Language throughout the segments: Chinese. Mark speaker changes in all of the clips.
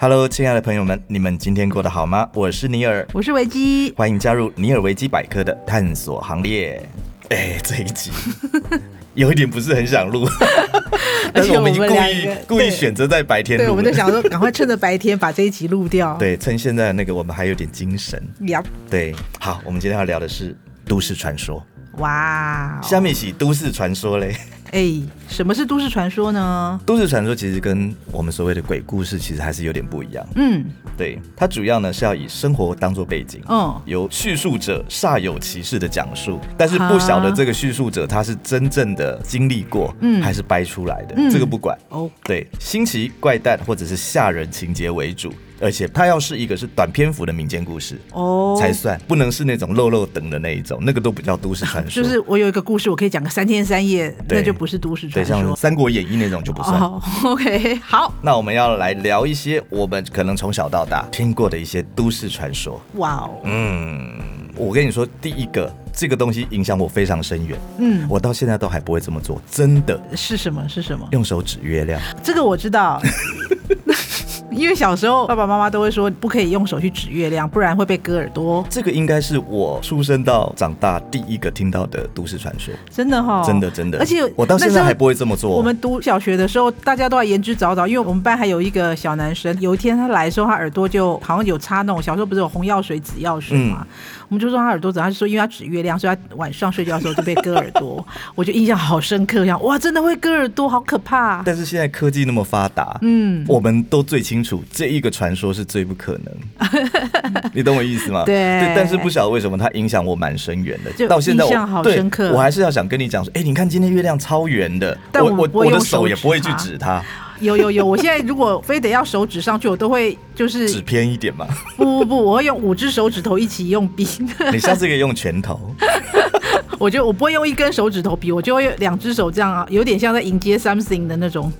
Speaker 1: Hello，亲爱的朋友们，你们今天过得好吗？我是尼尔，
Speaker 2: 我是维基。
Speaker 1: 欢迎加入尼尔维基百科的探索行列。哎，这一集 有一点不是很想 录，但是我们已经故
Speaker 2: 而且我们
Speaker 1: 意
Speaker 2: 两个
Speaker 1: 故意
Speaker 2: 对
Speaker 1: 选择在白天
Speaker 2: 对，
Speaker 1: 录
Speaker 2: 我们
Speaker 1: 了
Speaker 2: 就。想说，赶快趁着白天把这一集录掉。
Speaker 1: 对，趁现在那个我们还有点精神。
Speaker 2: 呀，
Speaker 1: 对，好，我们今天要聊的是都市传说。
Speaker 2: 哇哦，
Speaker 1: 下面是都市传说嘞。
Speaker 2: 哎，什么是都市传说呢？
Speaker 1: 都市传说其实跟我们所谓的鬼故事其实还是有点不一样。
Speaker 2: 嗯，
Speaker 1: 对，它主要呢是要以生活当做背景。
Speaker 2: 哦，
Speaker 1: 由叙述者煞有其事的讲述，但是不晓得这个叙述者他是真正的经历过，
Speaker 2: 嗯
Speaker 1: 还是掰出来的，
Speaker 2: 嗯
Speaker 1: 这个不管。
Speaker 2: 哦，
Speaker 1: 对，新奇怪诞或者是吓人情节为主，而且它要是一个是短篇幅的民间故事。
Speaker 2: 哦，
Speaker 1: 才算，不能是那种漏漏等的那一种，那个都不叫都市传说。
Speaker 2: 哦就是我有一个故事，我可以讲个三天三夜，
Speaker 1: 对
Speaker 2: 那就不是都市
Speaker 1: 对，
Speaker 2: 传
Speaker 1: 像
Speaker 2: 说。
Speaker 1: 《三国演义》那种就不算。
Speaker 2: 哦，OK，好，
Speaker 1: 那我们要来聊一些我们可能从小到大听过的一些都市传说。
Speaker 2: 哇哦，
Speaker 1: 嗯，我跟你说，第一个这个东西影响我非常深远，
Speaker 2: 嗯，
Speaker 1: 我到现在都还不会这么做，真的
Speaker 2: 是什么？是什么？
Speaker 1: 用手指月亮。
Speaker 2: 这个我知道。 因为小时候爸爸妈妈都会说不可以用手去指月亮，不然会被割耳朵。
Speaker 1: 这个应该是我出生到长大第一个听到的都市传说，
Speaker 2: 真的哈、
Speaker 1: 真的真的。
Speaker 2: 哦而且
Speaker 1: 我到现
Speaker 2: 那时
Speaker 1: 在
Speaker 2: 候
Speaker 1: 还不会这么做。
Speaker 2: 我们读小学的时候，大家都还言之凿凿，因为我们班还有一个小男生，有一天他来的时候，他耳朵就好像有插那种，小时候不是有红药水、紫药水嘛，我们就说他耳朵紫，他就说因为他指月亮，所以他晚上睡觉的时候就被割耳朵，我就印象好深刻，想哇，真的会割耳朵，好可怕。
Speaker 1: 但是现在科技那么发达，
Speaker 2: 嗯
Speaker 1: 我们都最清楚这一个传说是最不可能， 你懂我意思吗？
Speaker 2: 对
Speaker 1: 但是不晓得为什么它影响我蛮深远的，
Speaker 2: 就
Speaker 1: 到现在我
Speaker 2: 印象好深刻
Speaker 1: 对我还是要想跟你讲说，哎、你看今天月亮超圆的，
Speaker 2: 但
Speaker 1: 我
Speaker 2: 我
Speaker 1: 我
Speaker 2: 不会
Speaker 1: 我的
Speaker 2: 用手
Speaker 1: 手也不会去
Speaker 2: 指
Speaker 1: 指
Speaker 2: 它
Speaker 1: 它，
Speaker 2: 有有有，我现在如果非得要手指上去，我都会就是
Speaker 1: 指偏一点 嘛。
Speaker 2: 不不不，我会用五只手指头一起用比，
Speaker 1: 你下次可以用拳头，
Speaker 2: 我觉得我不会用一根手指头比，我就会用两只手这样啊，有点像在迎接 something 的那种。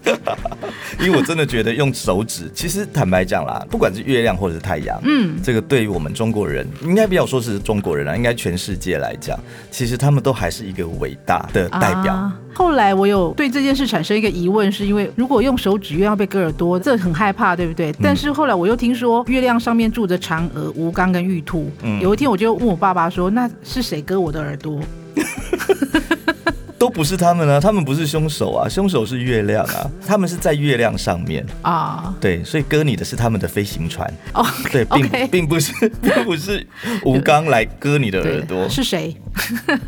Speaker 1: 因为我真的觉得用手指，其实坦白讲啦，不管是月亮或者是太阳，
Speaker 2: 嗯，
Speaker 1: 这个对于我们中国人，应该不要说是中国人啦，应该全世界来讲，其实他们都还是一个伟大的代表。
Speaker 2: 啊。后来我有对这件事产生一个疑问，是因为如果用手指月亮被割耳朵，这很害怕，对不
Speaker 1: 嗯
Speaker 2: 对？但是后来我又听说月亮上面住着嫦娥、吴刚跟玉兔。
Speaker 1: 嗯
Speaker 2: 有一天我就问我爸爸说：“那是谁割我的耳朵
Speaker 1: 都不是他们啊，他们不是凶手啊，凶手是月亮 啊，他们是在月亮上面，
Speaker 2: 啊
Speaker 1: 对，所以割你的是他们的飞行船，？”
Speaker 2: 哦，
Speaker 1: 对，并
Speaker 2: OK
Speaker 1: 并不 是并不是吴刚来割你的耳朵
Speaker 2: 对，是谁？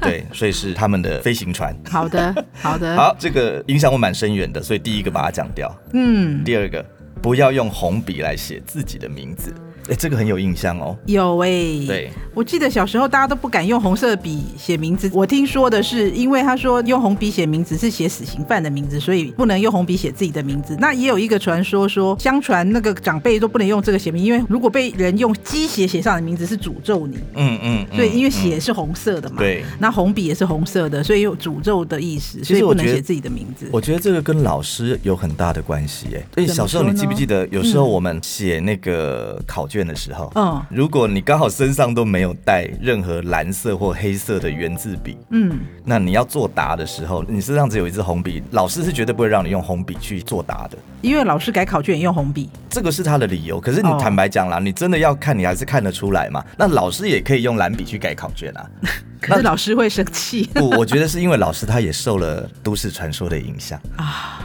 Speaker 1: 对，所以是他们的飞行船。
Speaker 2: 好的，好的，
Speaker 1: 好，这个影响我蛮深远的，所以第一个把它讲掉。
Speaker 2: 嗯，
Speaker 1: 第二个，不要用红笔来写自己的名字，哎，这个很有印象哦。
Speaker 2: 有诶、
Speaker 1: 对，
Speaker 2: 我记得小时候大家都不敢用红色笔写名字，我听说的是，因为他说用红笔写名字是写死刑犯的名字，所以不能用红笔写自己的名字。那也有一个传说说，相传那个长辈都不能用这个写名，因为如果被人用鸡血写上的名字是诅咒你，
Speaker 1: 嗯嗯，嗯
Speaker 2: 所以因为
Speaker 1: 嗯
Speaker 2: 血是红色的嘛，
Speaker 1: 对
Speaker 2: 那红笔也是红色的，所以有诅咒的意思，
Speaker 1: 其
Speaker 2: 所
Speaker 1: 实
Speaker 2: 以
Speaker 1: 我
Speaker 2: 不
Speaker 1: 觉得
Speaker 2: 能写自己的名字。
Speaker 1: 我觉得这个跟老师有很大的关系耶。所以
Speaker 2: 怎么
Speaker 1: 小时候你
Speaker 2: 说呢
Speaker 1: 记不记得，有时候我们写那个考卷的时候，
Speaker 2: 嗯
Speaker 1: 如果你刚好身上都没有带任何蓝色或黑色的圆字笔，
Speaker 2: 嗯，
Speaker 1: 那你要作答的时候，你身上只有一支红笔，老师是绝对不会让你用红笔去作答的。
Speaker 2: 因为老师改考卷也用红笔，
Speaker 1: 这个是他的理由，可是你
Speaker 2: 哦
Speaker 1: 坦白讲啦，你真的要看，你还是看得出来嘛。那老师也可以用蓝笔去改考卷啊。
Speaker 2: 可是老师会生气。
Speaker 1: 不，我觉得是因为老师他也受了都市传说的影响。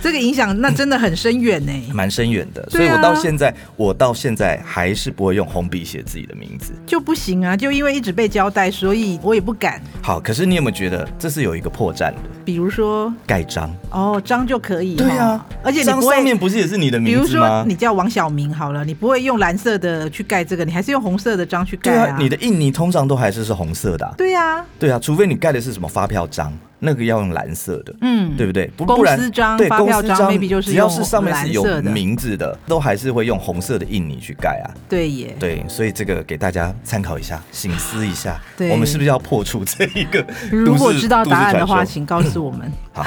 Speaker 2: 这个影响那真的很深远欸呢、
Speaker 1: 蛮深远的，所以
Speaker 2: 对啊
Speaker 1: 我到现在，我到现在还是不会用红笔写自己的名字。
Speaker 2: 就不行啊！就因为一直被交代，所以我也不敢。
Speaker 1: 好，可是你有没有觉得这是有一个破绽的？
Speaker 2: 比如说，
Speaker 1: 盖章。
Speaker 2: 哦，张就可以。哦而且你
Speaker 1: 章
Speaker 2: 不
Speaker 1: 啊上
Speaker 2: 会，
Speaker 1: 面不是也是你的
Speaker 2: 比
Speaker 1: 名
Speaker 2: 如
Speaker 1: 字
Speaker 2: 说
Speaker 1: 吗？
Speaker 2: 你叫王小明好了，你不会用蓝色的去盖这个，你还是用红色的章去盖
Speaker 1: 对啊
Speaker 2: 啊，。
Speaker 1: 你的印泥通常都还是是红色的啊、
Speaker 2: 对啊，
Speaker 1: 对啊，除非你盖的是什么发票章，那个要用蓝色的。
Speaker 2: 嗯，
Speaker 1: 对不对？不
Speaker 2: 公司
Speaker 1: 不然
Speaker 2: 章
Speaker 1: 对
Speaker 2: 发
Speaker 1: 公
Speaker 2: 票
Speaker 1: 司
Speaker 2: 章
Speaker 1: 章
Speaker 2: maybe 就是
Speaker 1: 只要
Speaker 2: 用
Speaker 1: 是上面是有
Speaker 2: 蓝色的
Speaker 1: 名字的，都还是会用红色的印泥去盖啊。
Speaker 2: 对耶。
Speaker 1: 对，所以这个给大家参考一下，醒思一下，
Speaker 2: 对
Speaker 1: 我们是不是要破除这一个都市？
Speaker 2: 如果知道答案的
Speaker 1: 都
Speaker 2: 话，
Speaker 1: 市传说
Speaker 2: 请告诉我们。
Speaker 1: 好。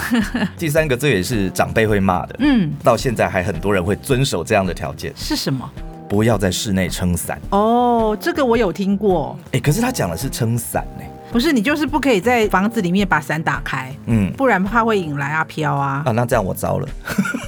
Speaker 1: 第三个，这也是长辈会骂的，
Speaker 2: 嗯，
Speaker 1: 到现在还很多人会遵守这样的条件，
Speaker 2: 是什么？
Speaker 1: 不要在室内撑伞。
Speaker 2: 哦，这个我有听过。
Speaker 1: 哎、可是他讲的是撑伞呢、
Speaker 2: 不是你就是不可以在房子里面把伞打开，
Speaker 1: 嗯
Speaker 2: 不然怕会引来阿飘啊。
Speaker 1: 啊，那这样我糟了，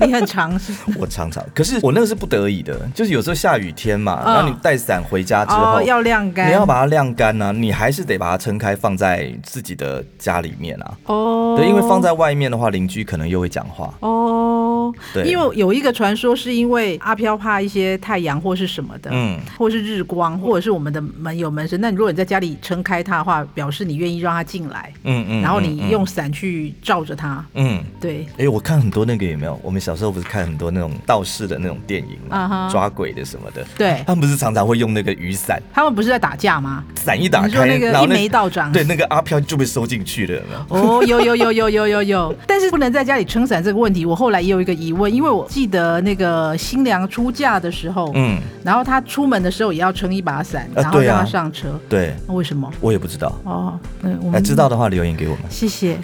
Speaker 2: 你很常 是
Speaker 1: 我常常，可是我那个是不得已的，就是有时候下雨天嘛，
Speaker 2: 嗯
Speaker 1: 然后你带伞回家之后，
Speaker 2: 哦，要晾干。
Speaker 1: 你要把它晾干呢、你还是得把它撑开放在自己的家里面啊。
Speaker 2: 哦，
Speaker 1: 对，因为放在外面的话，邻居可能又会讲话。
Speaker 2: 哦，
Speaker 1: 对
Speaker 2: 因为有一个传说是因为阿飘怕一些太阳或是什么的，
Speaker 1: 嗯，
Speaker 2: 或是日光，或者是我们的门有门神。那你如果你在家里撑开它的话，表示你愿意让它进来，
Speaker 1: 嗯嗯，
Speaker 2: 然后
Speaker 1: 嗯
Speaker 2: 你用伞去罩着它。
Speaker 1: 嗯。
Speaker 2: 对，
Speaker 1: 哎、我看很多那个有没有？我们小时候不是看很多那种道士的那种电影嘛
Speaker 2: 啊哈
Speaker 1: 抓鬼的什么的。
Speaker 2: 对
Speaker 1: 他们不是常常会用那个雨伞，
Speaker 2: 他们不是在打架 吗？
Speaker 1: 伞一打
Speaker 2: 你说
Speaker 1: 开，
Speaker 2: 那个
Speaker 1: 然后
Speaker 2: 一眉道长
Speaker 1: 对，那个阿飘就被收进去了，有没有？
Speaker 2: 哦，有有有有有有有，但是不能在家里撑伞这个问题，我后来也有一个疑问，因为我记得那个新娘出嫁的时候，
Speaker 1: 嗯，
Speaker 2: 然后她出门的时候也要撑一把伞，
Speaker 1: 啊
Speaker 2: 然后
Speaker 1: 对啊
Speaker 2: 让她上车，
Speaker 1: 对，
Speaker 2: 那为什么？
Speaker 1: 我也不知道。
Speaker 2: 哦，嗯，我
Speaker 1: 那
Speaker 2: 们
Speaker 1: 知道的话留言给我们。
Speaker 2: 谢谢。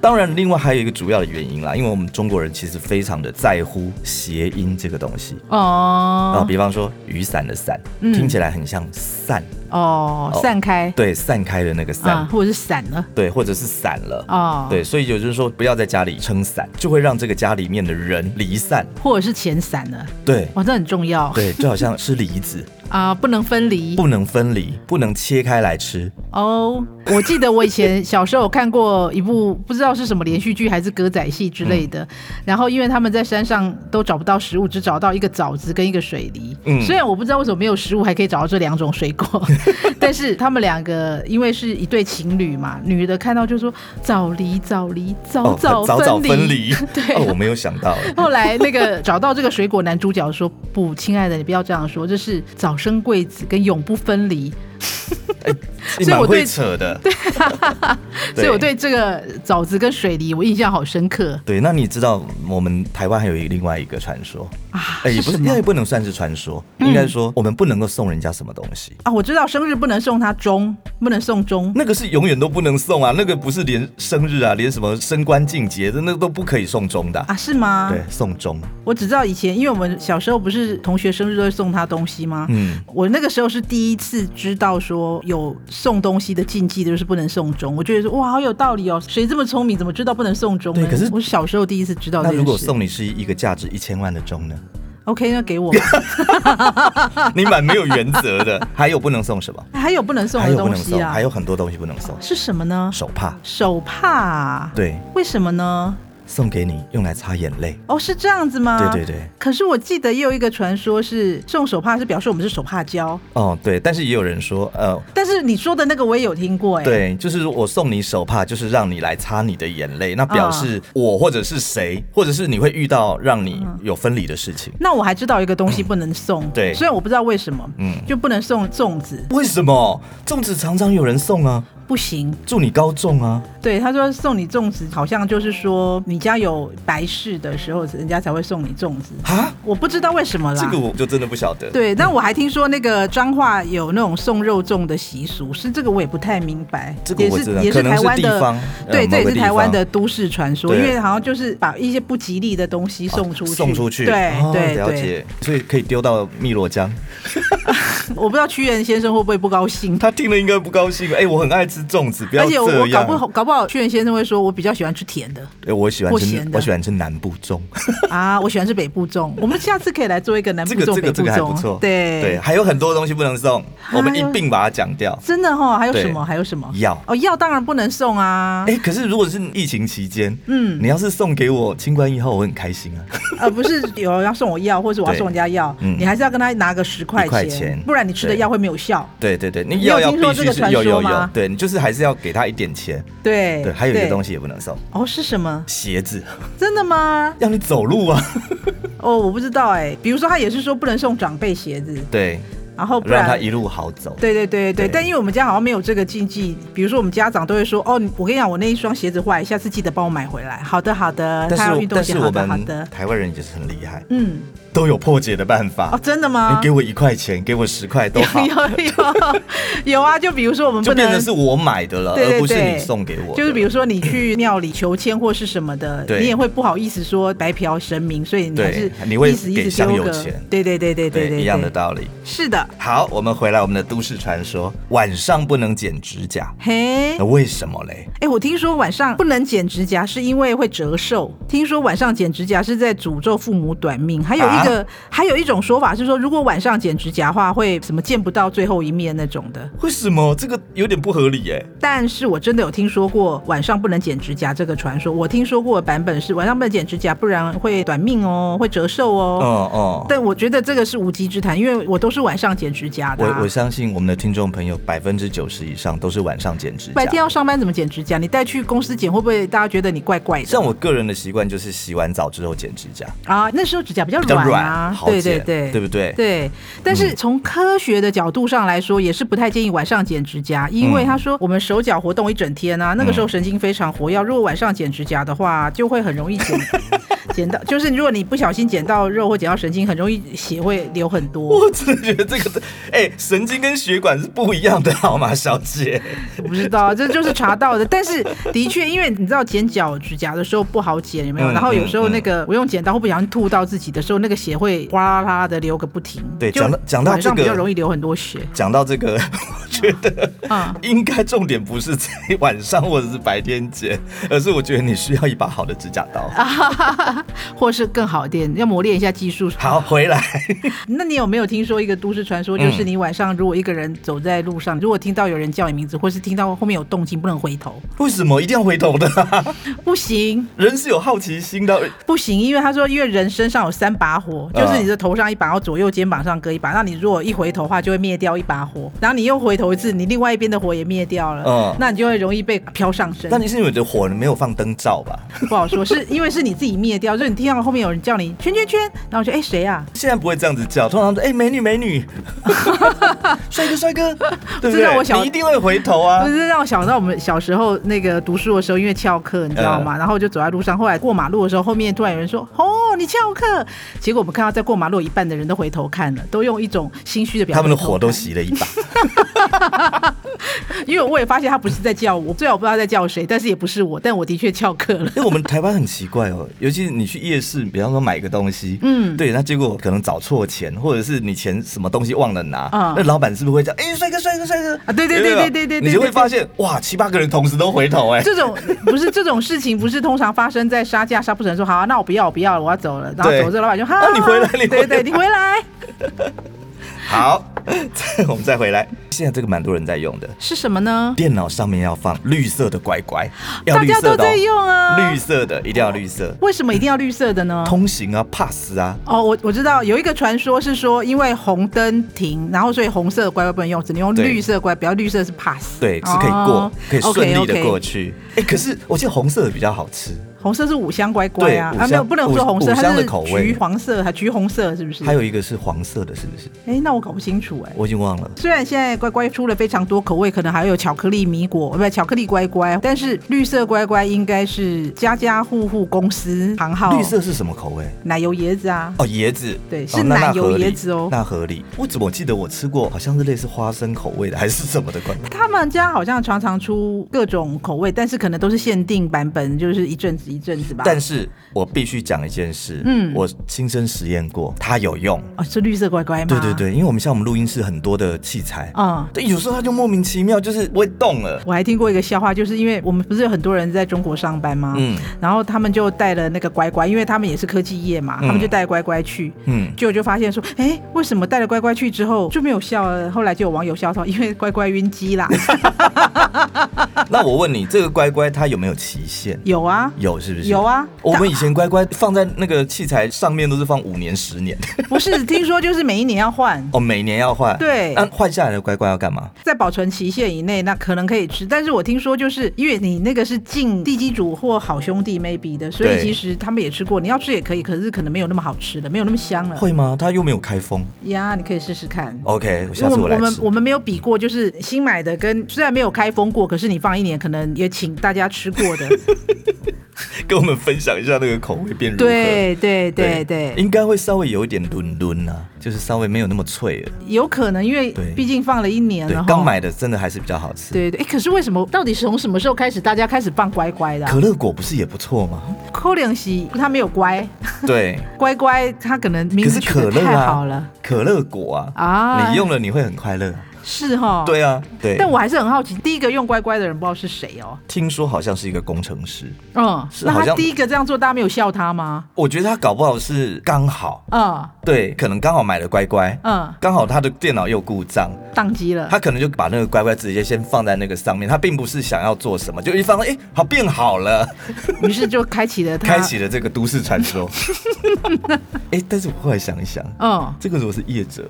Speaker 1: 当然，另外还有一个主要的原因啦，因为我们中国人其实非常的在乎谐音这个东西啊、
Speaker 2: 哦
Speaker 1: 比方说雨伞的伞，
Speaker 2: 嗯
Speaker 1: 听起来很像散，
Speaker 2: 哦
Speaker 1: 哦，
Speaker 2: 散开
Speaker 1: 对，散开的那个散，
Speaker 2: 啊，或者是散了
Speaker 1: 对，或者是散了。
Speaker 2: 哦，
Speaker 1: 对，，所以也就是说，不要在家里撑伞，就会让这个家里面的人离散。
Speaker 2: 或者是钱散了，
Speaker 1: 对，
Speaker 2: 哇，这很重要
Speaker 1: 对，就好像吃梨 子，
Speaker 2: 啊，不能分离
Speaker 1: 不能分离，不能切开来吃。
Speaker 2: 哦。我记得我以前小时候有看过一部不知道是什么连续剧还是歌仔戏之类
Speaker 1: 嗯
Speaker 2: 的，然后因为他们在山上都找不到食物，只找到一个枣子跟一个水梨。
Speaker 1: 嗯
Speaker 2: 虽然我不知道为什么没有食物还可以找到这两种 水果，但是他们两个因为是一对情侣嘛，女的看到就说枣梨枣梨早早
Speaker 1: 哦早早分
Speaker 2: 离。
Speaker 1: 离，
Speaker 2: 对
Speaker 1: 哦，我没有想到，
Speaker 2: 后来那个找到这个水果男主角说：“不，亲爱的，你不要这样说，这是早生贵子跟永不分离。
Speaker 1: 你
Speaker 2: 所以
Speaker 1: 蛮
Speaker 2: 我 对
Speaker 1: 会扯的。”
Speaker 2: 所以我对这个枣子跟水梨我印象好深刻
Speaker 1: 对，那你知道我们台湾还有一另外一个传说，
Speaker 2: 啊！
Speaker 1: 哎、也不
Speaker 2: 什
Speaker 1: 是，
Speaker 2: 么嗯
Speaker 1: 那也不能算是传说，应该说我们不能够送人家什么东西，
Speaker 2: 啊，我知道生日不能送他钟，不能送钟。
Speaker 1: 那个是永远都不能送啊，那个不是连生日啊，连什么升官进节的那都不可以送钟的啊、
Speaker 2: 啊，是吗？
Speaker 1: 对，送钟，
Speaker 2: 我只知道以前，因为我们小时候不是同学生日都会送他东西吗？
Speaker 1: 嗯，
Speaker 2: 我那个时候是第一次知道说有送东西的禁忌，就是不能送钟。我觉得说哇，好有道理哦，谁这么聪明，怎么知道不能送钟呢？
Speaker 1: 对可是
Speaker 2: 我小时候第一次知道这
Speaker 1: 那
Speaker 2: 件
Speaker 1: 如
Speaker 2: 事。
Speaker 1: 果送你是一个价值一千万的钟呢？
Speaker 2: OK，那给我吧。
Speaker 1: 你蛮没有原则 的。还有不能送什么？
Speaker 2: 还有不能送
Speaker 1: 还
Speaker 2: 的
Speaker 1: 有不
Speaker 2: 东
Speaker 1: 能
Speaker 2: 西
Speaker 1: 送，
Speaker 2: 啊？
Speaker 1: 还有很多东西不能送，
Speaker 2: 是什么呢？
Speaker 1: 手帕，
Speaker 2: 手帕啊？
Speaker 1: 对，
Speaker 2: 为什么呢？
Speaker 1: 送给你用来擦眼泪。
Speaker 2: 哦，是这样子吗？
Speaker 1: 对对。对，
Speaker 2: 可是我记得也有一个传说是送手帕是表示我们是手帕胶，
Speaker 1: 哦对，但是也有人说，呃，
Speaker 2: 但是你说的那个我也有听过哎、，
Speaker 1: 对，就是我送你手帕，就是让你来擦你的眼泪，那
Speaker 2: 啊
Speaker 1: 表示我或者是谁，或者是你会遇到让你
Speaker 2: 嗯
Speaker 1: 有分离的事情。
Speaker 2: 那我还知道一个东西不能送，
Speaker 1: 对
Speaker 2: 虽然我不知道为什么，
Speaker 1: 嗯
Speaker 2: 就不能送粽子，
Speaker 1: 为什么粽子常常有人送啊？
Speaker 2: 不行。
Speaker 1: 祝你高中啊！
Speaker 2: 对，他说送你粽子，好像就是说你家有白事的时候，人家才会送你粽子。
Speaker 1: 啊，
Speaker 2: 我不知道为什么啦。
Speaker 1: 这个我就真的不嗯晓得。
Speaker 2: 对，但我还听说那个彰化有那种送肉粽的习俗，是这个我也不太明白，
Speaker 1: 这个
Speaker 2: 也
Speaker 1: 我知道
Speaker 2: 是也
Speaker 1: 可
Speaker 2: 是
Speaker 1: 能
Speaker 2: 台
Speaker 1: 是
Speaker 2: 湾
Speaker 1: 地
Speaker 2: 的
Speaker 1: 方，
Speaker 2: 对，
Speaker 1: 呃
Speaker 2: 这
Speaker 1: 某
Speaker 2: 也
Speaker 1: 个
Speaker 2: 是
Speaker 1: 地
Speaker 2: 台湾
Speaker 1: 方
Speaker 2: 的都市传说，因
Speaker 1: 对
Speaker 2: 为好像就是把一些不吉利的东西送出去，
Speaker 1: 送出去，
Speaker 2: 对
Speaker 1: 哦
Speaker 2: 对
Speaker 1: 了
Speaker 2: 对，
Speaker 1: 解，所以可以丢到汨罗江。
Speaker 2: 我不知道屈原先生会不会不高兴。
Speaker 1: 他听了应该不高 兴。哎、我很爱吃粽子，不要
Speaker 2: 而
Speaker 1: 这
Speaker 2: 且
Speaker 1: 样。
Speaker 2: 我我搞不好搞不好，屈原先生会说：“我比较喜欢吃甜 的
Speaker 1: 哎我喜欢
Speaker 2: 或
Speaker 1: 吃
Speaker 2: 咸，的
Speaker 1: 我喜欢吃南部粽。
Speaker 2: 啊，我喜欢吃北部粽。”我们下次可以来做一个南部
Speaker 1: 这个
Speaker 2: 粽、
Speaker 1: 这个这个还
Speaker 2: 北
Speaker 1: 不
Speaker 2: 部
Speaker 1: 错
Speaker 2: 粽。。对哎
Speaker 1: 对，，还有很多东西不能送，我们一并把它讲掉。
Speaker 2: 真的哈、还有
Speaker 1: 对
Speaker 2: 什么？还有什么？
Speaker 1: 药
Speaker 2: 哦，药当然不能送啊。
Speaker 1: 哎、可是如果是疫情期间，
Speaker 2: 嗯
Speaker 1: 你要是送给我清冠一号，我很开心啊。
Speaker 2: 而呃不是有人要送我药，或者我要
Speaker 1: 对
Speaker 2: 送人家药，
Speaker 1: 嗯
Speaker 2: 你还是要跟他拿个十块
Speaker 1: 一块钱
Speaker 2: 不然你吃的
Speaker 1: 对
Speaker 2: 药会没有效。
Speaker 1: 对对对，那
Speaker 2: 你有
Speaker 1: 药要
Speaker 2: 听说
Speaker 1: 必须
Speaker 2: 这个
Speaker 1: 是
Speaker 2: 传
Speaker 1: 有
Speaker 2: 说
Speaker 1: 有有
Speaker 2: 吗，
Speaker 1: 对你就是还是要给他一点钱。
Speaker 2: 对
Speaker 1: 对，还有一个东
Speaker 2: 西
Speaker 1: 西也不能送，
Speaker 2: 哦，是什么？
Speaker 1: 鞋子，
Speaker 2: 真的吗？
Speaker 1: 让你走路啊。
Speaker 2: 哦，我不知道哎、比如说他也是说不能送长辈鞋子，
Speaker 1: 对，
Speaker 2: 然后不
Speaker 1: 让
Speaker 2: 然
Speaker 1: 他一路好走。
Speaker 2: 对对对对
Speaker 1: 对
Speaker 2: 对，但因为我们家好像没有这个禁忌，比如说我们家长都会说，哦，你我跟你讲，我那一双鞋子坏，下次记得帮我买回来。好的好的，
Speaker 1: 但
Speaker 2: 他要
Speaker 1: 是
Speaker 2: 运动
Speaker 1: 但
Speaker 2: 鞋，
Speaker 1: 是
Speaker 2: 好
Speaker 1: 我
Speaker 2: 的好
Speaker 1: 们
Speaker 2: 的，
Speaker 1: 台湾人也是很厉害，
Speaker 2: 嗯，
Speaker 1: 都有破解的办法
Speaker 2: 哦，。真的吗？
Speaker 1: 你给我一块钱，给我十块都 好，
Speaker 2: 有有有有啊，就比如说我们
Speaker 1: 就
Speaker 2: 不
Speaker 1: 变
Speaker 2: 能
Speaker 1: 成是我买的了，
Speaker 2: 对对
Speaker 1: 而不是
Speaker 2: 对
Speaker 1: 你送给我的。
Speaker 2: 就是比如说你去庙里求签或是什么的，
Speaker 1: 对
Speaker 2: 你也会不好意思说白嫖神明，所以你还
Speaker 1: 对
Speaker 2: 是
Speaker 1: 你会
Speaker 2: 意思意
Speaker 1: 给
Speaker 2: 思
Speaker 1: 香
Speaker 2: 丢
Speaker 1: 油
Speaker 2: 个
Speaker 1: 钱
Speaker 2: 对对对对对
Speaker 1: 对
Speaker 2: 对，
Speaker 1: 一样的
Speaker 2: 对
Speaker 1: 道理。
Speaker 2: 是的。
Speaker 1: 好，我们回来我们的都市传说，晚上不能剪指甲，
Speaker 2: 嘿
Speaker 1: 那，为什么嘞？
Speaker 2: 哎，我听说晚上不能剪指甲是因为会折寿，听说晚上剪指甲是在诅咒父母短命，还有一
Speaker 1: 啊
Speaker 2: 个、还有一种说法是说，如果晚上剪指甲的话，会什么见不到最后一面那种的。
Speaker 1: 为什么这个有点不合理耶？
Speaker 2: 但是我真的有听说过晚上不能剪指甲这个传说，我听说过的版本是晚上不能剪指甲，不然会短命哦，会折寿哦。
Speaker 1: 哦哦，
Speaker 2: 但我觉得这个是无稽之谈，因为我都是晚上剪指甲的、啊。
Speaker 1: 我我相信我们的听众朋友百分之九十以上都是晚上剪指甲，
Speaker 2: 白天要上班怎么剪指甲？你带去公司剪，会不会大家觉得你怪怪的
Speaker 1: 像我个人的习惯就是洗完澡之后剪指甲，
Speaker 2: 啊？那时候指甲比较
Speaker 1: 比较
Speaker 2: 软
Speaker 1: 软，
Speaker 2: 啊，
Speaker 1: 好
Speaker 2: 对
Speaker 1: 剪，
Speaker 2: 对对，
Speaker 1: 对不嗯对？
Speaker 2: 对，但是从科学的角度上来说，也是不太建议晚上剪指甲，因
Speaker 1: 嗯
Speaker 2: 为他说我们手脚活动一整天啊，那个时候神经非常活跃，如果晚上剪指甲的话，就会很容易剪 剪到，就是如果你不小心剪到肉或剪到神经，很容易血会流很多。
Speaker 1: 我真的觉得这个，哎、神经跟血管是不一样的，好吗，小姐？
Speaker 2: 我不知道，这就是查到的， 但是的确，因为你知道剪脚指甲的时候不好剪，有没
Speaker 1: 嗯
Speaker 2: 有？然后有时候
Speaker 1: 嗯
Speaker 2: 那个我用剪刀会不小心吐到自己的时候，那个血会哗啦啦的流个不停。
Speaker 1: 对
Speaker 2: 就
Speaker 1: 讲到讲到
Speaker 2: 晚上
Speaker 1: 这个
Speaker 2: 比较容易流很多 血
Speaker 1: 讲到这个，我觉得
Speaker 2: 啊。
Speaker 1: 应该重点不是在晚上或者是白天剪，而是我觉得你需要一把好的指甲刀。
Speaker 2: 啊或是更好一点，要磨练一下技术。
Speaker 1: 好，回来，
Speaker 2: 那你有没有听说一个都市传
Speaker 1: 嗯
Speaker 2: 说，就是你晚上如果一个人走在路上，如果听到有人叫你名字，或是听到后面有动静，不能回头，
Speaker 1: 为什么一定要回头的 啊、
Speaker 2: 不行。
Speaker 1: 人是有好奇心的，
Speaker 2: 不行，因为他说，因为人身上有三把火，
Speaker 1: 啊
Speaker 2: 就是你的头上一把，然后左右肩膀上各一把。那你如果一回头的话，就会灭掉一把火，然后你又回头一次，你另外一边的火也灭掉了，
Speaker 1: 嗯
Speaker 2: 那你就会容易被飘上身。
Speaker 1: 但你是因为你的火没有放灯罩吧？
Speaker 2: 不好说，是因为是你自己灭掉，就是你听到后面有人叫你圈圈圈，然后就哎谁啊？
Speaker 1: 现在不会这样子叫，通常是哎、美女美 女，帅哥帅哥，对不
Speaker 2: 知道
Speaker 1: 对？
Speaker 2: 我小
Speaker 1: 你一定会回头啊
Speaker 2: 不。是让我想到我们小时候那个读书的时候，因为翘课，你知道
Speaker 1: 嗯
Speaker 2: 吗？然后就走在路上，后来过马路的时候，后面突然有人说：“哦，你翘课。”结果我们看到在过马路一半的人都回头看了，都用一种心虚的表情。
Speaker 1: 他们的火都，熄了一把，
Speaker 2: 因为我也发现他不是在叫我，虽然我不知道他在叫谁，但是也不是我，但我的确翘课了。
Speaker 1: 因为我们台湾很奇怪哦， 尤其是你去夜市，比方说买个东西，
Speaker 2: 嗯
Speaker 1: 对，那结果可能找错钱，或者是你钱什么东西忘了拿，
Speaker 2: 嗯
Speaker 1: 那老板是不是会叫哎帅哥帅哥帅哥
Speaker 2: 啊对对
Speaker 1: 有没有
Speaker 2: 对对对对
Speaker 1: 你就会
Speaker 2: 对对
Speaker 1: 发现哇七八个人同时都回头哎，
Speaker 2: 这种不是这种事情，不是通常发生在杀价杀不成说好、啊那我不要我不要了，我要走了，然后
Speaker 1: 对
Speaker 2: 走着老板就哈、
Speaker 1: 啊你回来你回
Speaker 2: 对
Speaker 1: 来
Speaker 2: 对，你回来
Speaker 1: 好， 再我们再回来，现在这个蛮多人在用的。
Speaker 2: 是什么呢？
Speaker 1: 电脑上面要放绿色的乖乖，要
Speaker 2: 啊大
Speaker 1: 绿
Speaker 2: 家
Speaker 1: 色
Speaker 2: 都
Speaker 1: 的、哦
Speaker 2: 在，用啊，
Speaker 1: 绿色的一定要绿色，
Speaker 2: 为什么一定要绿色的呢？
Speaker 1: 通行啊，pass 啊，
Speaker 2: 哦，我我知道有一个传说是说，因为红灯停，然后所以红色的乖乖不能用，只能用
Speaker 1: 对
Speaker 2: 绿色的乖，不要绿色是 pass。
Speaker 1: 对，是可以过，
Speaker 2: 哦
Speaker 1: 可以顺利的
Speaker 2: OK，OK
Speaker 1: 过去。哎、可是我记得红色的比较好吃，
Speaker 2: 红色是五香乖乖啊，
Speaker 1: 对
Speaker 2: 啊
Speaker 1: 五香
Speaker 2: 没有不能说红色，
Speaker 1: 五
Speaker 2: 它
Speaker 1: 香的
Speaker 2: 是
Speaker 1: 口味
Speaker 2: 橘黄色，还橘红色是不是？
Speaker 1: 还有一个是黄色的，是不是？
Speaker 2: 哎，那我搞不清楚哎、
Speaker 1: 我已经忘了。
Speaker 2: 虽然现在乖乖出了非常多口味，可能还有巧克力米果，不巧克力乖乖，但是绿色乖乖应该是家家户户公司行号
Speaker 1: 绿色是什么口味？
Speaker 2: 奶油椰子啊，
Speaker 1: 哦，椰子，
Speaker 2: 哦对
Speaker 1: 哦
Speaker 2: 是
Speaker 1: 那
Speaker 2: 奶
Speaker 1: 那
Speaker 2: 油
Speaker 1: 合理
Speaker 2: 椰子哦
Speaker 1: 那合理。我怎么记得我吃过，好像是类似花生口味的，还是什么 的乖乖？
Speaker 2: 他们家好像常常出各种口味，但是可能都是限定版本，就是一阵子一阵子吧。
Speaker 1: 但是我必须讲一件事，
Speaker 2: 嗯
Speaker 1: 我亲身实验过，它有用。
Speaker 2: 哦，是绿色乖乖吗？
Speaker 1: 对对，对，因为我们像我们录音室很多的器材，
Speaker 2: 嗯。
Speaker 1: 对，有时候它就莫名其妙就是不会动了。
Speaker 2: 我还听过一个笑话，就是因为我们不是有很多人在中国上班吗？
Speaker 1: 嗯
Speaker 2: 然后他们就带了那个乖乖，因为他们也是科技业嘛，
Speaker 1: 嗯
Speaker 2: 他们就带乖乖去，
Speaker 1: 嗯，
Speaker 2: 结果就发现说，哎，为什么带了乖乖去之后就没有笑了？后来就有网友笑说，因为乖乖晕 机啦。啊
Speaker 1: 那我问你，这个乖乖它有没有期限？
Speaker 2: 有啊，
Speaker 1: 有是不是？
Speaker 2: 有啊
Speaker 1: 我们以前乖乖放在那个器材上面都是放五年、十年，
Speaker 2: 不是听说就是每一年要换，
Speaker 1: 哦，每年要换。
Speaker 2: 对
Speaker 1: 那换下来的乖乖要干嘛？
Speaker 2: 在保存期限以内，那可能可以吃。但是我听说，就是因为你那个是进地基主或好兄弟 maybe 的，所以
Speaker 1: 对
Speaker 2: 其实他们也吃过。你要吃也可以，可是可能没有那么好吃了，没有那么香了。
Speaker 1: 会吗？它又没有开封。
Speaker 2: 呀，你可以试试看。
Speaker 1: OK，
Speaker 2: 因
Speaker 1: 下
Speaker 2: 为
Speaker 1: 次
Speaker 2: 我
Speaker 1: 来
Speaker 2: 们们
Speaker 1: 吃。
Speaker 2: 我们没有比过，就是新 买的跟虽然没有开封过，可是你放一年，可能也请大家吃过的。
Speaker 1: 跟我们分享一下那个口味变如何？
Speaker 2: 对对对对，
Speaker 1: 应该会稍微有一点墩墩啊，就是稍微没有那么脆了。
Speaker 2: 有可能因为
Speaker 1: 对
Speaker 2: 毕竟放了一年
Speaker 1: 对
Speaker 2: 了，，
Speaker 1: 刚。买的真的还是比较好吃。
Speaker 2: 对对，哎，可是为什么？到底是从什么时候开始大家开始放乖乖的、啊
Speaker 1: 可？乐果不是也不错 吗？
Speaker 2: 扣两席他没有乖，
Speaker 1: 对，
Speaker 2: 乖乖他可能名
Speaker 1: 可
Speaker 2: 字
Speaker 1: 是
Speaker 2: 取
Speaker 1: 可
Speaker 2: 得
Speaker 1: 乐
Speaker 2: 太
Speaker 1: 啊，
Speaker 2: 好了
Speaker 1: 可乐果啊，
Speaker 2: 啊，
Speaker 1: 你用了你会很快乐。
Speaker 2: 是哈、。
Speaker 1: 对啊，对。
Speaker 2: 但我还是很好奇，第一个用乖乖的人不知道是谁哦。
Speaker 1: 听说好像是一个工程师，
Speaker 2: 嗯，
Speaker 1: 是
Speaker 2: 那
Speaker 1: 好
Speaker 2: 他
Speaker 1: 像
Speaker 2: 第一个这样做，大家没有笑他吗？
Speaker 1: 我觉得他搞不好是刚好，
Speaker 2: 嗯
Speaker 1: 对，可能刚好买了乖乖，
Speaker 2: 嗯，
Speaker 1: 刚好他的电脑又故障，
Speaker 2: 宕机了。
Speaker 1: 他可能就把那个乖乖直接先放在那个上面，他并不是想要做什么，就一放到，哎、好变好了，
Speaker 2: 于是就开启了他。
Speaker 1: 开启了这个都市传 说。哎、但是我后来想一想，
Speaker 2: 嗯，
Speaker 1: 这个如果是业者，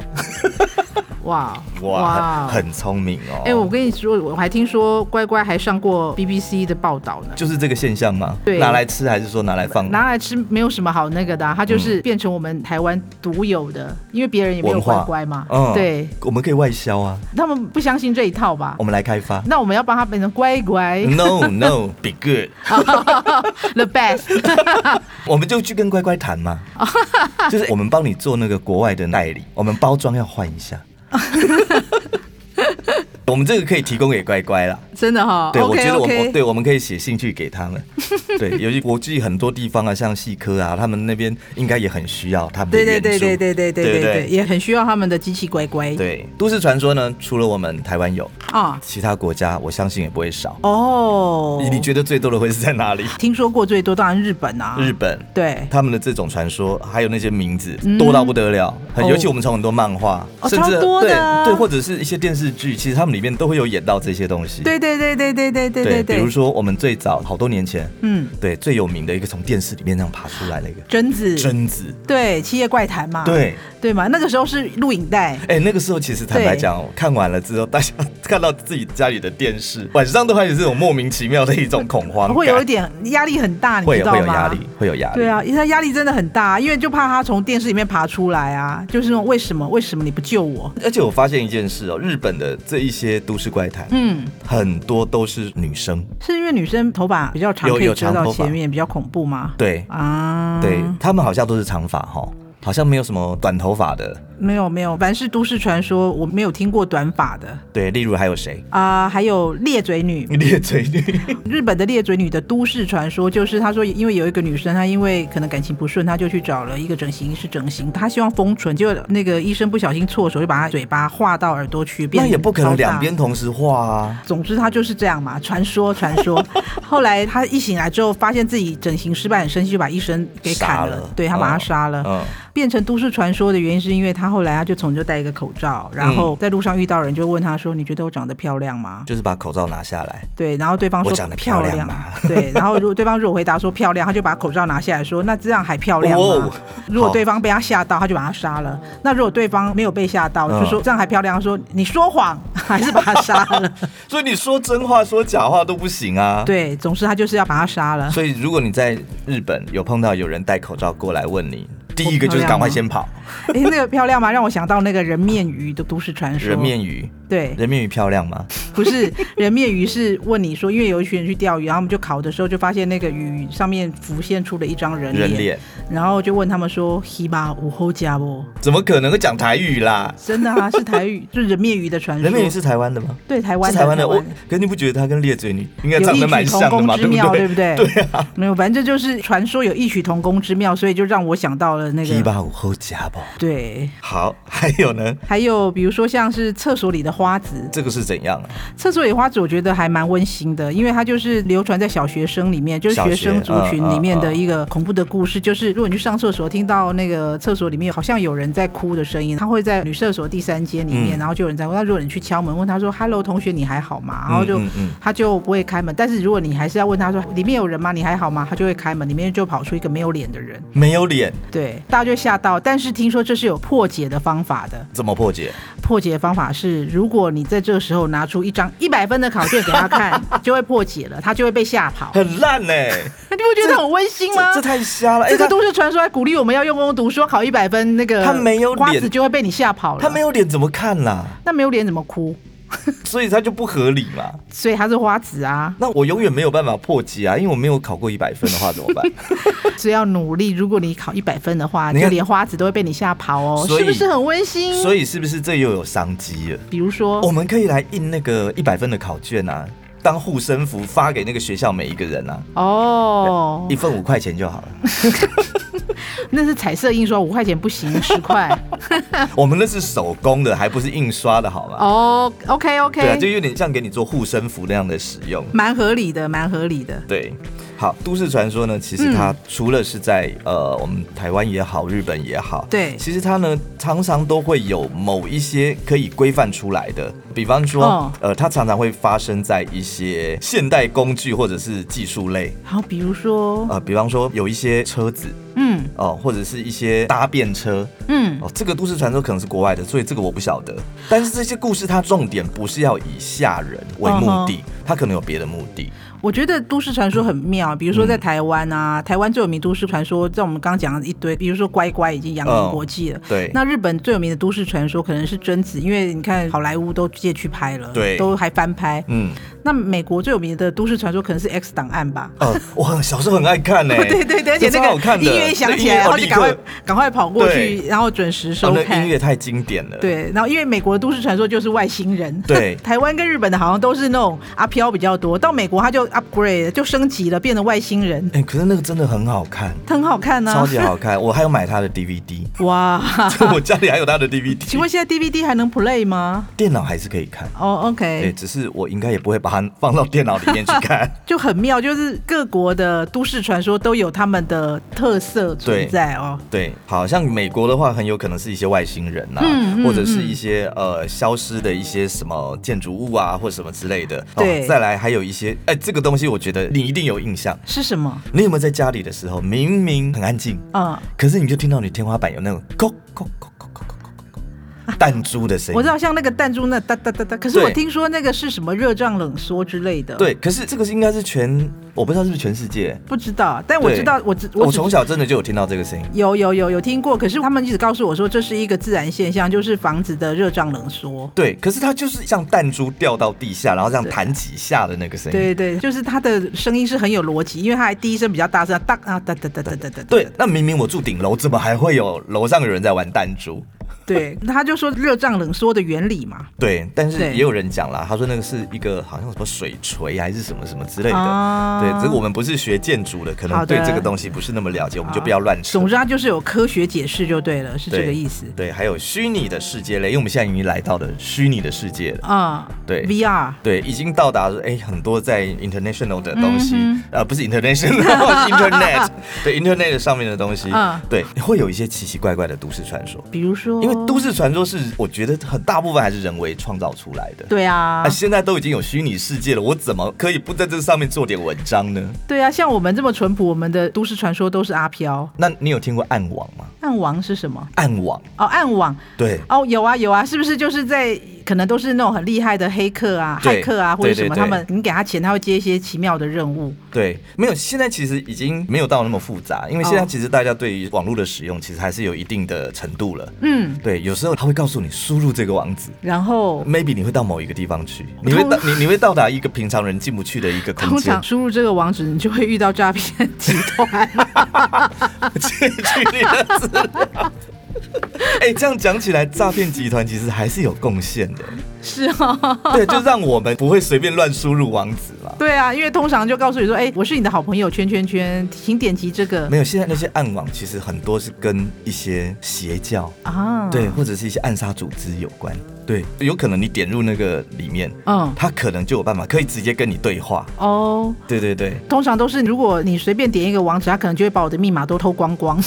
Speaker 2: 哇
Speaker 1: 哇，很聪明哦。
Speaker 2: 哎、我跟你说，我还听说乖乖还上过 BBC 的报道呢。
Speaker 1: 就是这个现象吗？
Speaker 2: 对
Speaker 1: 拿来吃还是说拿来放？
Speaker 2: 拿来吃没有什么好那个的啊、它
Speaker 1: 嗯
Speaker 2: 就是变成我们台湾独有的，因为别人也没有
Speaker 1: 文化
Speaker 2: 乖乖嘛。
Speaker 1: 嗯
Speaker 2: 对，
Speaker 1: 我们可以外销啊，
Speaker 2: 他们不相信这一套吧
Speaker 1: 我？们来开发。
Speaker 2: 那我们要帮他变成乖 乖
Speaker 1: No no, be good。
Speaker 2: ，the best。
Speaker 1: 我们就去跟乖乖谈 嘛，就是我们帮你做那个国外的代理，我们包装要换一 下。我们这个可以提供给乖乖啦，
Speaker 2: 真的哈、
Speaker 1: 对
Speaker 2: o
Speaker 1: 我
Speaker 2: k
Speaker 1: 觉得我们
Speaker 2: OK，
Speaker 1: 对我们可以写信去给他 们，对，尤其国际很多地方啊，像细科啊，他们那边应该也很需要他们的
Speaker 2: 对
Speaker 1: 援
Speaker 2: 对
Speaker 1: 助。
Speaker 2: 对对对对
Speaker 1: 对
Speaker 2: 对
Speaker 1: 不
Speaker 2: 对，也很需要他们的机器乖乖。
Speaker 1: 对都市传说呢，除了我们台湾有，
Speaker 2: 啊，
Speaker 1: 其他国家我相信也不会少。
Speaker 2: 哦，
Speaker 1: 你觉得最多的会是在哪里？
Speaker 2: 听说过最多当然日本啊，
Speaker 1: 日本。
Speaker 2: 对。
Speaker 1: 他们的这种传说，还有那些名字多到不得了，很
Speaker 2: 嗯哦
Speaker 1: 尤其我们从很多漫画，
Speaker 2: 哦
Speaker 1: 甚至
Speaker 2: 超多的啊
Speaker 1: 对对，或者是一些电视剧，其实他们里面都会有演到这些东西。
Speaker 2: 对对对对对对对对对，
Speaker 1: 比如说我们最早好多年前，
Speaker 2: 嗯，
Speaker 1: 对最有名的一个从电视里面这样爬出来的一个
Speaker 2: 贞子，
Speaker 1: 贞子，
Speaker 2: 对《七夜怪谈》嘛，
Speaker 1: 对。
Speaker 2: 对嘛，那个时候是录影带，
Speaker 1: 哎、那个时候其实坦白讲，我看完了之后，大家 看到自己家里的电视，晚上都还有这种莫名其妙的一种恐慌感，
Speaker 2: 哦会有一点压力很大，你
Speaker 1: 会
Speaker 2: 知
Speaker 1: 有
Speaker 2: 道
Speaker 1: 会有
Speaker 2: 吗
Speaker 1: 压？力，会有压力。
Speaker 2: 对啊，因为他压力真的很大，因为就怕他从电视里面爬出来啊，就是那种为什么为什么你不救我？
Speaker 1: 而且我发现一件事哦，日本的这一些都市怪谈，
Speaker 2: 嗯，
Speaker 1: 很多都是女生，
Speaker 2: 是因为女生头发比较长，
Speaker 1: 有
Speaker 2: 可以
Speaker 1: 有
Speaker 2: 遮
Speaker 1: 长
Speaker 2: 到
Speaker 1: 头发
Speaker 2: 前面，比较恐怖吗？
Speaker 1: 对、
Speaker 2: 啊，
Speaker 1: 对，她们好像都是长发哈，好像没有什么短头发的。
Speaker 2: 没有没有，凡是都市传说，我没有听过短发的
Speaker 1: 对，例如还有 谁？
Speaker 2: 啊、还有裂嘴女，
Speaker 1: 裂嘴女。
Speaker 2: 日本的裂嘴女的都市传说，就是她说，因为有一个女生，她因为可能感情不顺，她就去找了一个整形医师整形，她希望丰唇，结果那个医生不小心错手，就把她嘴巴画到耳朵去，变
Speaker 1: 那也不可
Speaker 2: 超
Speaker 1: 能
Speaker 2: 大
Speaker 1: 两边。同时画啊。
Speaker 2: 总之，她就是这样嘛，传说传 说。后来她一醒来之后，发现自己整形失败，很生气，就把医生给砍
Speaker 1: 杀
Speaker 2: 了，
Speaker 1: 了
Speaker 2: 对她把他
Speaker 1: 嗯
Speaker 2: 杀了。
Speaker 1: 嗯，
Speaker 2: 变成都市传说的原因，是因为她后来她啊就从就戴一个口罩，然
Speaker 1: 嗯
Speaker 2: 后在路上遇到人就问她说：“你觉得我长得漂亮吗？”
Speaker 1: 就是把口罩拿下来。
Speaker 2: 对，然后对方说
Speaker 1: 我长得漂亮吗
Speaker 2: 漂亮对，然后如果对方如果回答说漂亮，他就把口罩拿下来说，那这样还漂亮吗？
Speaker 1: 哦
Speaker 2: 如果对方被他吓到，他就把他杀了；那如果对方没有被吓到，
Speaker 1: 嗯
Speaker 2: 就说这样还漂亮，他说你说谎， 还是把他杀 了。
Speaker 1: 所以你说真话说假话都不行啊。。
Speaker 2: 对，啊总之他就是要把他杀了。
Speaker 1: 所以如果你在日本有碰到有人戴口罩过来问你，第一个就是赶快先跑。
Speaker 2: 哎，那个漂亮吗？让我想到那个人面鱼的都市传说。
Speaker 1: 人面鱼，
Speaker 2: 对，
Speaker 1: 人面鱼漂亮吗？
Speaker 2: 不是人面鱼是问你说，因为有一群人去钓鱼，然后我们就烤的时候就发现那个鱼上面浮现出了一张人脸，
Speaker 1: 人脸
Speaker 2: 然后就问他们说，希巴午后加不？
Speaker 1: 怎么可能会讲台语啦？
Speaker 2: 真的啊，是台 语，就是人面鱼的传说。
Speaker 1: 人面鱼是台湾的吗？
Speaker 2: 对台湾
Speaker 1: 是台湾的，我可你不觉得她跟裂嘴女应该
Speaker 2: 有
Speaker 1: 长得
Speaker 2: 异
Speaker 1: 蛮
Speaker 2: 曲
Speaker 1: 像
Speaker 2: 同
Speaker 1: 的
Speaker 2: 工
Speaker 1: 嘛？
Speaker 2: 之
Speaker 1: 对不
Speaker 2: 妙，对
Speaker 1: 对？
Speaker 2: 不对？对啊，没有，反正就是传说有异曲同工之妙，所以就让我想到了那
Speaker 1: 提
Speaker 2: 个。
Speaker 1: 把午后夹吧。
Speaker 2: 对，
Speaker 1: 好，还有呢，
Speaker 2: 还有比如说像是厕所里的花子，
Speaker 1: 这个是怎样、啊？
Speaker 2: 厕所里的花子我觉得还蛮温馨的，因为它就是流传在小学生里面，就是
Speaker 1: 小
Speaker 2: 学
Speaker 1: 学
Speaker 2: 生族群里面
Speaker 1: 嗯嗯
Speaker 2: 的
Speaker 1: 嗯
Speaker 2: 一个恐怖的故事。就是如果你去上厕所，听到那个厕所里面好像有人在哭的声音，他会在女厕所第三间里面，
Speaker 1: 嗯
Speaker 2: 然后就有人在哭。那如果你去敲门问他说 “Hello，同学，你还好吗？”然后就、
Speaker 1: 嗯嗯嗯
Speaker 2: 他就不会开门。但是如果你还是要问他说“里面有人吗？你还好吗？”他就会开门，里面就跑出一个没有脸的人。
Speaker 1: 没有脸
Speaker 2: 对，大家就吓到。但是听说这是有破解的方法的。
Speaker 1: 怎么破解？
Speaker 2: 破解方法是，如果你在这个时候拿出一张一百分的考卷给他 看，就会破解了，他就会被吓跑。
Speaker 1: 很烂呢、
Speaker 2: 你不觉得很温馨 吗
Speaker 1: 这？这太瞎了。哎
Speaker 2: 这个
Speaker 1: 他
Speaker 2: 都市传说还鼓励我们要用功读书，考一百分，那个
Speaker 1: 他没有脸
Speaker 2: 瓜子就会被你吓跑了。
Speaker 1: 他没有脸怎么看啦？
Speaker 2: 那没有脸怎么哭？
Speaker 1: 所以它就不合理嘛。
Speaker 2: 所以它是花 子啊，
Speaker 1: 那我永远没有办法破解啊，因为我没有考过一百分的话怎 么办？
Speaker 2: 所以要努力。如果你考一百分的话，
Speaker 1: 你
Speaker 2: 就
Speaker 1: 看
Speaker 2: 连花子都会被你吓跑哦，
Speaker 1: 所以
Speaker 2: 是不是很温馨？
Speaker 1: 所以是不是这又有商机了？
Speaker 2: 比如说，
Speaker 1: 我们可以来印那个一百分的考卷啊，当护身符发给那个学校每一个人啊，
Speaker 2: 哦
Speaker 1: 一，份五块钱就好了。
Speaker 2: 那是彩色印刷，五块钱不行，十块。
Speaker 1: 我们那是手工的，还不是印刷的好吗？
Speaker 2: 哦，OK
Speaker 1: 对啊，就
Speaker 2: OK，
Speaker 1: 有点像给你做护身符那样的使用。
Speaker 2: 蛮合理的，蛮合理的。
Speaker 1: 对，好，都市传说呢，其实
Speaker 2: 嗯
Speaker 1: 它除了是在、呃我们台湾也好，日本也好，
Speaker 2: 对
Speaker 1: 其实它呢常常都会有某一些可以规范出来的，比方说、
Speaker 2: 哦
Speaker 1: 呃，它常常会发生在一些现代工具或者是技术类，
Speaker 2: 然后比如说，
Speaker 1: 呃，比方说有一些车子
Speaker 2: 嗯
Speaker 1: 哦、或者是一些搭便车
Speaker 2: 嗯，
Speaker 1: 哦、这个都市传说可能是国外的，所以这个我不晓得。但是这些故事它重点不是要以吓人为目的，
Speaker 2: 嗯
Speaker 1: 它可能有别的目的。
Speaker 2: 我觉得都市传说很妙，比如说在
Speaker 1: 嗯
Speaker 2: 台湾啊，台湾最有名都市传说，在我们刚刚讲的一堆，比如说乖乖已经扬名国际了。
Speaker 1: 对，
Speaker 2: 那日本最有名的都市传说可能是贞子，因为你看好莱坞都借去拍了，
Speaker 1: 对
Speaker 2: 都还翻拍。
Speaker 1: 嗯。
Speaker 2: 那美国最有名的都市传说可能是 X 档案吧。
Speaker 1: 哦，我很小时候很爱看呢、
Speaker 2: 对对对，而且
Speaker 1: 这超
Speaker 2: 那
Speaker 1: 好
Speaker 2: 个
Speaker 1: 看的
Speaker 2: 音乐一响起来，
Speaker 1: 对
Speaker 2: 然后
Speaker 1: 音乐哦
Speaker 2: 就赶快
Speaker 1: 立刻
Speaker 2: 赶快跑过去，
Speaker 1: 对
Speaker 2: 然后准时收
Speaker 1: 哦那
Speaker 2: 看
Speaker 1: 音。乐太经典了。
Speaker 2: 对，然后因为美国的都市传说就是外星人，
Speaker 1: 对
Speaker 2: 台湾跟日本的好像都是那种阿飘比较多，到美国他就 upgrade 就升级了，变成外星人，
Speaker 1: 哎、可是那个真的很好看，
Speaker 2: 它很好看呢、
Speaker 1: 超级好看， 我还有买它的 DVD，
Speaker 2: 哇！
Speaker 1: 我家里还有它的 DVD。
Speaker 2: 啊请问现在 DVD 还能 play 吗？
Speaker 1: 电脑还是可以看？
Speaker 2: 哦、o
Speaker 1: 哎、
Speaker 2: k
Speaker 1: 只是我应该也不会把它放到电脑里面去看。
Speaker 2: 就很妙，就是各国的都市传说都有他们的特色存在哦。
Speaker 1: 对，好像美国的话，很有可能是一些外星人呐、
Speaker 2: 嗯嗯
Speaker 1: 或者是一些呃消失的一些什么建筑物啊，或什么之类的。
Speaker 2: 对
Speaker 1: 再来还有一些，哎、这个东西我觉得你一定有印象。
Speaker 2: 是什么？
Speaker 1: 你有没有在家里的时候，明明很安静，
Speaker 2: 嗯，
Speaker 1: 可是你就听到你天花板有那种“咕咕咕咕咕咕咕咕”弹珠的声音。
Speaker 2: 我知道像那个弹珠那哒哒哒哒，可是我
Speaker 1: 对
Speaker 2: 听说那个是什么热胀冷缩之类的，，
Speaker 1: 对，可是这个是应该是全，我不知道是不是全世界。
Speaker 2: 不知道，但我
Speaker 1: 对哦
Speaker 2: 知道，我知
Speaker 1: 我
Speaker 2: 只
Speaker 1: 从小真的就有听到这个声音。
Speaker 2: 有有有有听过，可是他们一直告诉我说这是一个自然现象，就是房子的热胀冷缩。
Speaker 1: 对，可是它就是像弹珠掉到地下，然后这样
Speaker 2: 对
Speaker 1: 弹几下的那个声音。
Speaker 2: 对对，就是它的声音是很有逻辑，因为它还第一声比较大声，哒啊哒哒哒哒哒哒。
Speaker 1: 对，那明明我住顶楼，怎么还会有楼上有人在玩弹珠？
Speaker 2: 对，他就说热胀冷缩的原理嘛。
Speaker 1: 对，但是
Speaker 2: 对
Speaker 1: 也有人讲啦，他说那个是一个好像什么水锤还是什么什么之类的。
Speaker 2: 啊
Speaker 1: 对，只是我们不是学建筑的，可能
Speaker 2: 好的
Speaker 1: 对这个东西不是那么了解，我们就不要乱扯
Speaker 2: 总。之它就是有科学解释就对了，是这
Speaker 1: 对
Speaker 2: 个意思。
Speaker 1: 对，还有虚拟的世界类，因为我们现在已经来到了虚拟的世界了。
Speaker 2: 啊、
Speaker 1: 对
Speaker 2: ，VR
Speaker 1: 对，已经到达了哎，很多在 international 的东西，
Speaker 2: 嗯
Speaker 1: 呃，不是 international，internet，对 internet 上面的东西，
Speaker 2: 嗯
Speaker 1: 对，会有一些奇奇怪怪的都市传说，
Speaker 2: 比如说，
Speaker 1: 因为都市传说是我觉得很大部分还是人为创造出来的。
Speaker 2: 对啊
Speaker 1: 啊，，现在都已经有虚拟世界了，我怎么可以不在这上面做点文章呢？
Speaker 2: 对啊，像我们这么淳朴，我们的都市传说都是阿飘。
Speaker 1: 那你有听过暗网吗？
Speaker 2: 暗网是什么？
Speaker 1: 暗网，
Speaker 2: 哦，暗网
Speaker 1: 对，
Speaker 2: 哦，有啊有啊，是不是就是在可能都是那种很厉害的黑客啊、骇
Speaker 1: 对
Speaker 2: 客啊，或
Speaker 1: 对
Speaker 2: 者什么？
Speaker 1: 对对
Speaker 2: 他们你给他钱，他会接一些奇妙的任务。
Speaker 1: 对，没有，现在其实已经没有到那么复杂，因为现
Speaker 2: 哦
Speaker 1: 在其实大家对于网络的使用其实还是有一定的程度了。
Speaker 2: 嗯，
Speaker 1: 对，有时候他会告诉你输入这个网址
Speaker 2: 然后
Speaker 1: ，maybe 你会到某一个地方去，你会到你你会到达一个平常人进不去的一个空
Speaker 2: 通
Speaker 1: 间
Speaker 2: 常，输入这个网址，你就会遇到诈骗 集团。
Speaker 1: 去你的资料。哎、这样讲起来，诈骗集团其实还是有贡献的，
Speaker 2: 是哦，
Speaker 1: 对，就让我们不会随便乱输入网址啦。
Speaker 2: 对啊，因为通常就告诉你说，哎、我是你的好朋友，圈圈圈，请点击这个
Speaker 1: 没有，现在那些暗网其实很多是跟一些邪教，
Speaker 2: 啊。
Speaker 1: 对，，或者是一些暗杀组织有关。对，有可能你点入那个里面，
Speaker 2: 嗯，
Speaker 1: 他可能就有办法可以直接跟你对话。
Speaker 2: 哦。
Speaker 1: 对对对，
Speaker 2: 通常都是，如果你随便点一个网址，他可能就会把我的密码都偷光 光。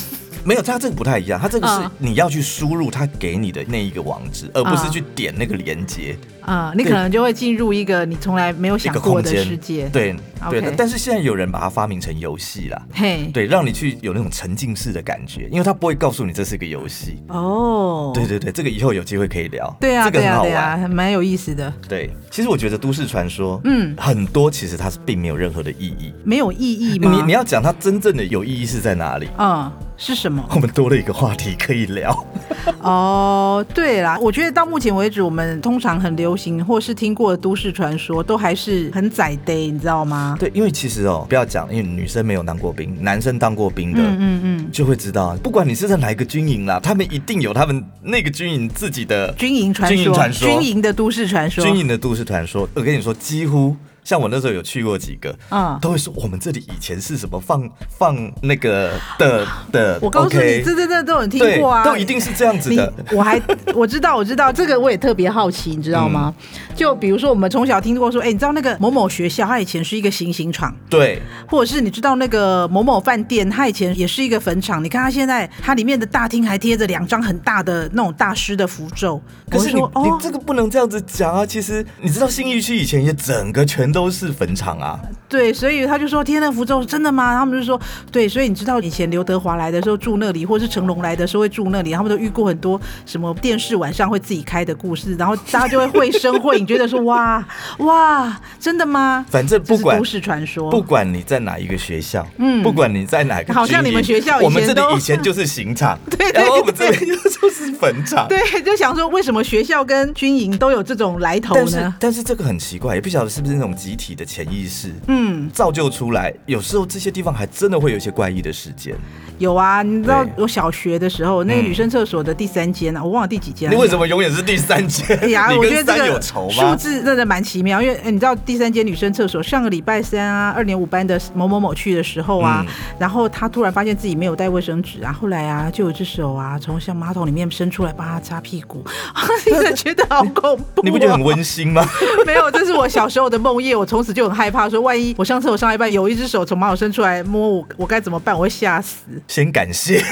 Speaker 1: 没有，他这个不太一样，他这个是
Speaker 2: 嗯
Speaker 1: 你要去输入他给你的那一个网址，而不是
Speaker 2: 嗯
Speaker 1: 去点那个连接
Speaker 2: 啊、你可能就会进入一个你从来没有
Speaker 1: 一
Speaker 2: 想
Speaker 1: 个
Speaker 2: 过
Speaker 1: 空
Speaker 2: 的
Speaker 1: 间。
Speaker 2: 世界。，
Speaker 1: 对对
Speaker 2: OK
Speaker 1: 的，但是现在有人把它发明成游戏啦。
Speaker 2: 嘿，
Speaker 1: 对，让你去有那种沉浸式的感觉，因为他不会告诉你这是个游戏。
Speaker 2: 哦，
Speaker 1: 对对对，这个以后有机会可以聊。
Speaker 2: 对啊，
Speaker 1: 这个
Speaker 2: 对
Speaker 1: 很
Speaker 2: 啊，
Speaker 1: 好
Speaker 2: 对
Speaker 1: 玩。
Speaker 2: 啊，还蛮有意思的，
Speaker 1: 对，其实我觉得都市传说，
Speaker 2: 嗯
Speaker 1: 嗯，很多其实它是并没有任何的意义。
Speaker 2: 没有意义吗？
Speaker 1: 你你要讲它真正的有意义是在哪里？
Speaker 2: 嗯，是什么？
Speaker 1: 我们多了一个话题可以聊。
Speaker 2: 嗯哦，对啦，我觉得到目前为止，我们通常很流行或是听过的都市传说，都还是很窄的，你知道吗？
Speaker 1: 对，因为其实哦，不要讲，因为女生没有当过兵，男生当过兵的，
Speaker 2: 嗯嗯嗯，
Speaker 1: 就会知道，不管你是在哪一个军营啦，他们一定有他们那个军营自己的
Speaker 2: 军营传说，
Speaker 1: 军营传说，
Speaker 2: 军营的都市传说，
Speaker 1: 军营的都市传说。我呃跟你说，几乎。像我那时候有去过几个，
Speaker 2: 嗯
Speaker 1: 都会说我们这里以前是什么放放那个的的，
Speaker 2: 我告诉你，
Speaker 1: OK
Speaker 2: 这这这都有听
Speaker 1: 对
Speaker 2: 过啊，
Speaker 1: 都一定是这样子
Speaker 2: 你
Speaker 1: 的。
Speaker 2: 我还 我知道我知道这个我也特别好奇，你知道吗？
Speaker 1: 嗯
Speaker 2: 就比如说我们从小听过说，哎、你知道那个某某学校，它以前是一个行刑场，
Speaker 1: 对，
Speaker 2: 或者是你知道那个某某饭店，它以前也是一个坟场。你看它现在它里面的大厅还贴着两张很大的那种大师的符咒，
Speaker 1: 可
Speaker 2: 我
Speaker 1: 是
Speaker 2: 就
Speaker 1: 你、
Speaker 2: 说
Speaker 1: 你
Speaker 2: 哦。
Speaker 1: 这个不能这样子讲啊！其实你知道信义区以前也整个全都是坟场啊，
Speaker 2: 对，所以他就说天那符咒真的吗？他们就说对，所以你知道以前刘德华来的时候住那里，或是成龙来的时候会住那里，他们都遇过很多什么电视晚上会自己开的故事，然后大家就会绘声绘影，觉得说 哇哇，真的吗？
Speaker 1: 反正不管
Speaker 2: 这是都市传说，
Speaker 1: 不管你在哪一个学校，
Speaker 2: 嗯
Speaker 1: 不管你在哪个军营，
Speaker 2: 好像你们学校以前
Speaker 1: 我们这
Speaker 2: 都
Speaker 1: 里以前就是刑场，
Speaker 2: 对对
Speaker 1: 然后我们这
Speaker 2: 对
Speaker 1: 边就是坟场，
Speaker 2: 对，就想说为什么学校跟军营都有这种来头
Speaker 1: 但是
Speaker 2: 呢？
Speaker 1: 但是这个很奇怪，也不晓得是不是那种集体的潜意识，
Speaker 2: 嗯，
Speaker 1: 造就出来，有时候这些地方还真的会有一些怪异的事件。
Speaker 2: 有啊，你知道
Speaker 1: 对
Speaker 2: 我小学的时候，那个
Speaker 1: 嗯
Speaker 2: 女生厕所的第三间啊，我忘了第几间了。
Speaker 1: 你为什么永远是第三间？
Speaker 2: 哎呀，
Speaker 1: 你
Speaker 2: 我
Speaker 1: 跟
Speaker 2: 觉得
Speaker 1: 三
Speaker 2: 这
Speaker 1: 有
Speaker 2: 个
Speaker 1: 仇
Speaker 2: 数
Speaker 1: 吗？
Speaker 2: 字真的蛮奇妙，因为呃你知道第三间女生厕所，上个礼拜三啊，二年五班的某某某去的时候啊，
Speaker 1: 嗯
Speaker 2: 然后她突然发现自己没有带卫生纸啊，后来啊就有一只手啊从像马桶里面伸出来帮她擦屁股， 真的觉得好恐怖、啊
Speaker 1: 你不觉得很？温馨吗？
Speaker 2: 没有，这是我小时候的梦魇，我从此就很害怕，说万一我上厕所上一半有一只手从马桶伸出来摸我，我该怎么办？我会吓死。
Speaker 1: 先感谢，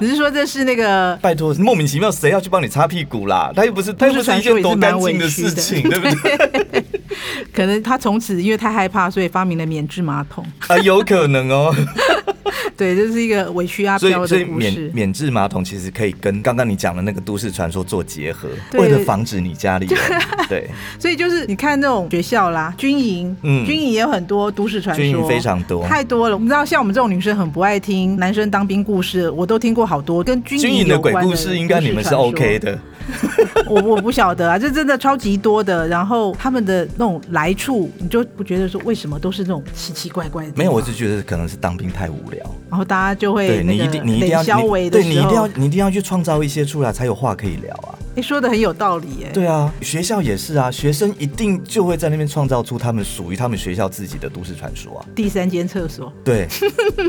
Speaker 2: 你是说这是那个
Speaker 1: 拜托，莫名其妙谁要去帮你擦屁股啦？他又不是，他又不是一件多干净的事情， 对不对？
Speaker 2: 可能她从此因为太害怕，所以发明了免治马桶？
Speaker 1: 啊，有可能哦。
Speaker 2: 对，这是一个委屈阿
Speaker 1: 所
Speaker 2: 飘
Speaker 1: 以，所以
Speaker 2: 的故
Speaker 1: 免
Speaker 2: 事。
Speaker 1: 免治马桶其实可以跟刚刚你讲的那个都市传说做结合，
Speaker 2: 对
Speaker 1: 为了防止你家 里人对
Speaker 2: 所以就是你看那种学校啦、军营，
Speaker 1: 嗯
Speaker 2: 军营也有很多都市传说，
Speaker 1: 军营非常多。
Speaker 2: 太多了。你知道，像我们这种女生很不爱听男生当兵故事，我都听过好多跟军
Speaker 1: 军
Speaker 2: 营
Speaker 1: 营的
Speaker 2: 有
Speaker 1: 鬼
Speaker 2: 关
Speaker 1: 故事应该你们是
Speaker 2: 都市传说
Speaker 1: OK 的，
Speaker 2: 我我不晓得啊，这真的超级多的。然后他们的那种来处，你就不觉得说为什么都是那种奇奇怪怪的地方？
Speaker 1: 没有，我是觉得可能是当兵太无聊。
Speaker 2: 然后大家就会
Speaker 1: 对你一定，你一定要，
Speaker 2: 消
Speaker 1: 你
Speaker 2: 微的
Speaker 1: 对你
Speaker 2: 时候，
Speaker 1: 一定要，你一定要去创造一些出来，才有话可以聊啊。
Speaker 2: 诶说的很有道理耶、
Speaker 1: 对啊，学校也是啊，学生一定就会在那边创造出他们属于他们学校自己的都市传说啊。
Speaker 2: 第三间厕所，
Speaker 1: 对，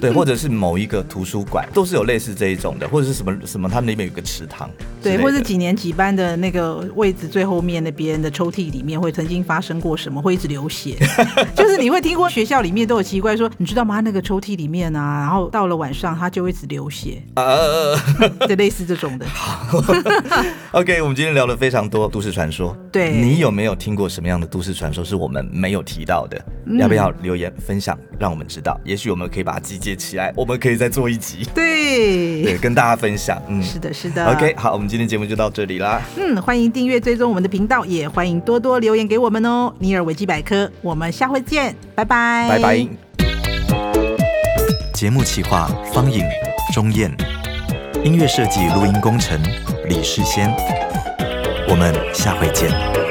Speaker 1: 对，或者是某一个图书馆，都是有类似这一种的，或者是什么什么，他们里面有个池塘之类
Speaker 2: 对，
Speaker 1: 的，
Speaker 2: 或是几年几班的那个位置最后面那边的抽屉里面，会曾经发生过什么，会一直 流血。就是你会听过学校里面都有奇怪说，你知道吗？那个抽屉里面啊，然后到了晚上，它就会一直流 血，
Speaker 1: 呃
Speaker 2: 对，类似这种的。
Speaker 1: OK，我们今天聊了非常多都市传说。
Speaker 2: 对
Speaker 1: 你有没有听过什么样的都市传说是我们没有提到的？
Speaker 2: 嗯
Speaker 1: 要不要留言分享，让我们知道？也许我们可以把它集结起来，我们可以再做一集，
Speaker 2: 对，
Speaker 1: 对，跟大家分享。嗯，
Speaker 2: 是的，是的。
Speaker 1: OK，好，我们今天节目就到这里啦，
Speaker 2: 嗯，欢迎订阅追踪我们的频道，也欢迎多多留言给我们哦。尼尔维基百科，我们下回见，拜拜，
Speaker 1: 拜拜。节目企划：方颖、钟燕，音乐设计、录音工程：李世先。我们下回见。